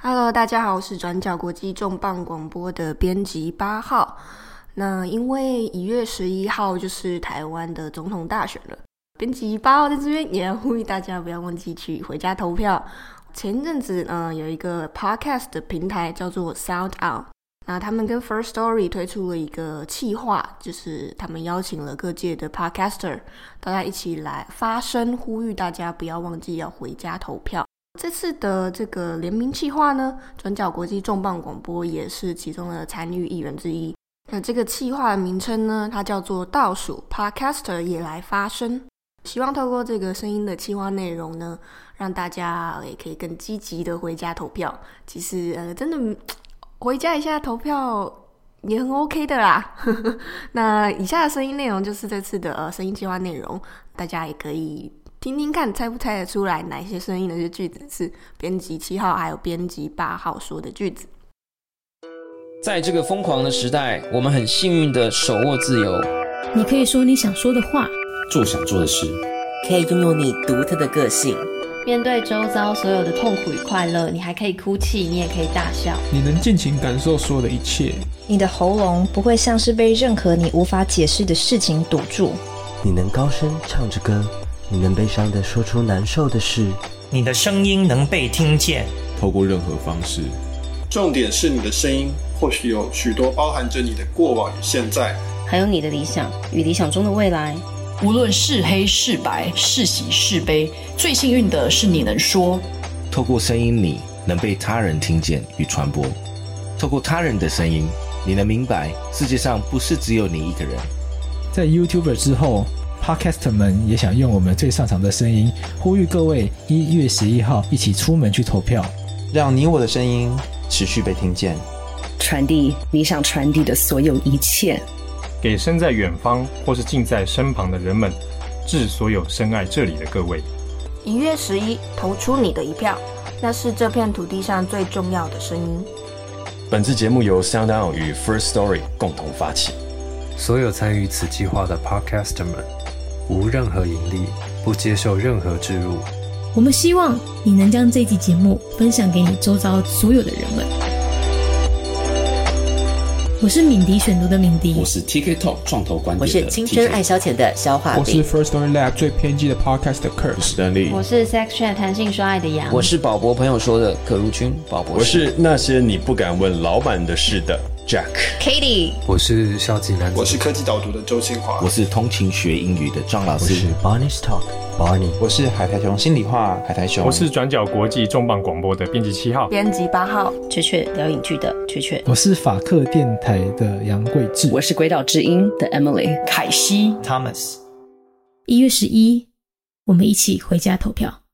Hello，大家好，我是转角国际重磅广播的编辑八号。那因为一月十一号就是台湾的总统大选了，编辑八号在这边也要呼吁大家不要忘记去回家投票。前一阵子，嗯、有一个 podcast 的平台叫做 Sound Out，那他们跟 First Story 推出了一个企划，就是他们邀请了各界的 podcaster，大家一起来发声，呼吁大家不要忘记要回家投票。这次的这个联名企划呢，转角国际重磅广播也是其中的参与一员之一。那这个企划的名称呢，它叫做“倒数 Podcaster 也来发声”，希望透过这个声音的企划内容呢，让大家也可以更积极的回家投票。其实呃，真的嗯回家一下投票也很 OK 的啦。那以下的声音内容就是这次的呃声音计划内容，大家也可以听听看，猜不猜得出来哪一些声音的是句子是编辑七号还有编辑八号说的句子。在这个疯狂的时代，我们很幸运的手握自由。你可以说你想说的话，做想做的事。可以拥有你独特的个性。面对周遭所有的痛苦与快乐，你还可以哭泣，你也可以大笑。你能尽情感受所有的一切。你的喉咙不会像是被任何你无法解释的事情堵住。你能高声唱着歌，你能悲伤的说出难受的事，你的声音能被听见。透过任何方式，重点是你的声音，或许有许多包含着你的过往与现在。还有你的理想与理想中的未来。无论是黑是白，是喜是悲，最幸运的是你能说。透过声音，你能被他人听见与传播；透过他人的声音，你能明白世界上不是只有你一个人。在 YouTuber 之后，Podcaster 们也想用我们最擅长的声音，呼吁各位一月十一号一起出门去投票。让你我的声音持续被听见。传递你想传递的所有一切。给身在远方或是近在身旁的人们，致所有深爱这里的各位。一月十一，投出你的一票，那是这片土地上最重要的声音。本次节目由 Sound On 与 First Story 共同发起。所有参与此计划的 Podcaster 们，无任何盈利，不接受任何植入。我们希望你能将这期节目分享给你周遭所有的人们。我是敏迪选读的敏迪我，是 TK Talk 创投观点的 TK，我是青春爱消遣的消化我是饼。 First Story Lab 最偏激的 Podcast 的 Curse。史丹利，我是 Sex Chat 弹性说爱的羊，我是宝博朋友说的可如君，宝博我是那些你不敢问老板的事的 Jack。 Kitty，我是消极男子，我是科技导读的周清华我，是通勤学英语的张老我师是。Barney's Talk Barney。我是海苔熊心里话，海苔熊。我是转角国际重磅广播的编辑七号，编辑八号，雀雀聊影剧的雀雀，我是法克电台的杨贵志。我是鬼岛之音的 Emily。凯西。 Thomas，一月十一，我们一起回家投票。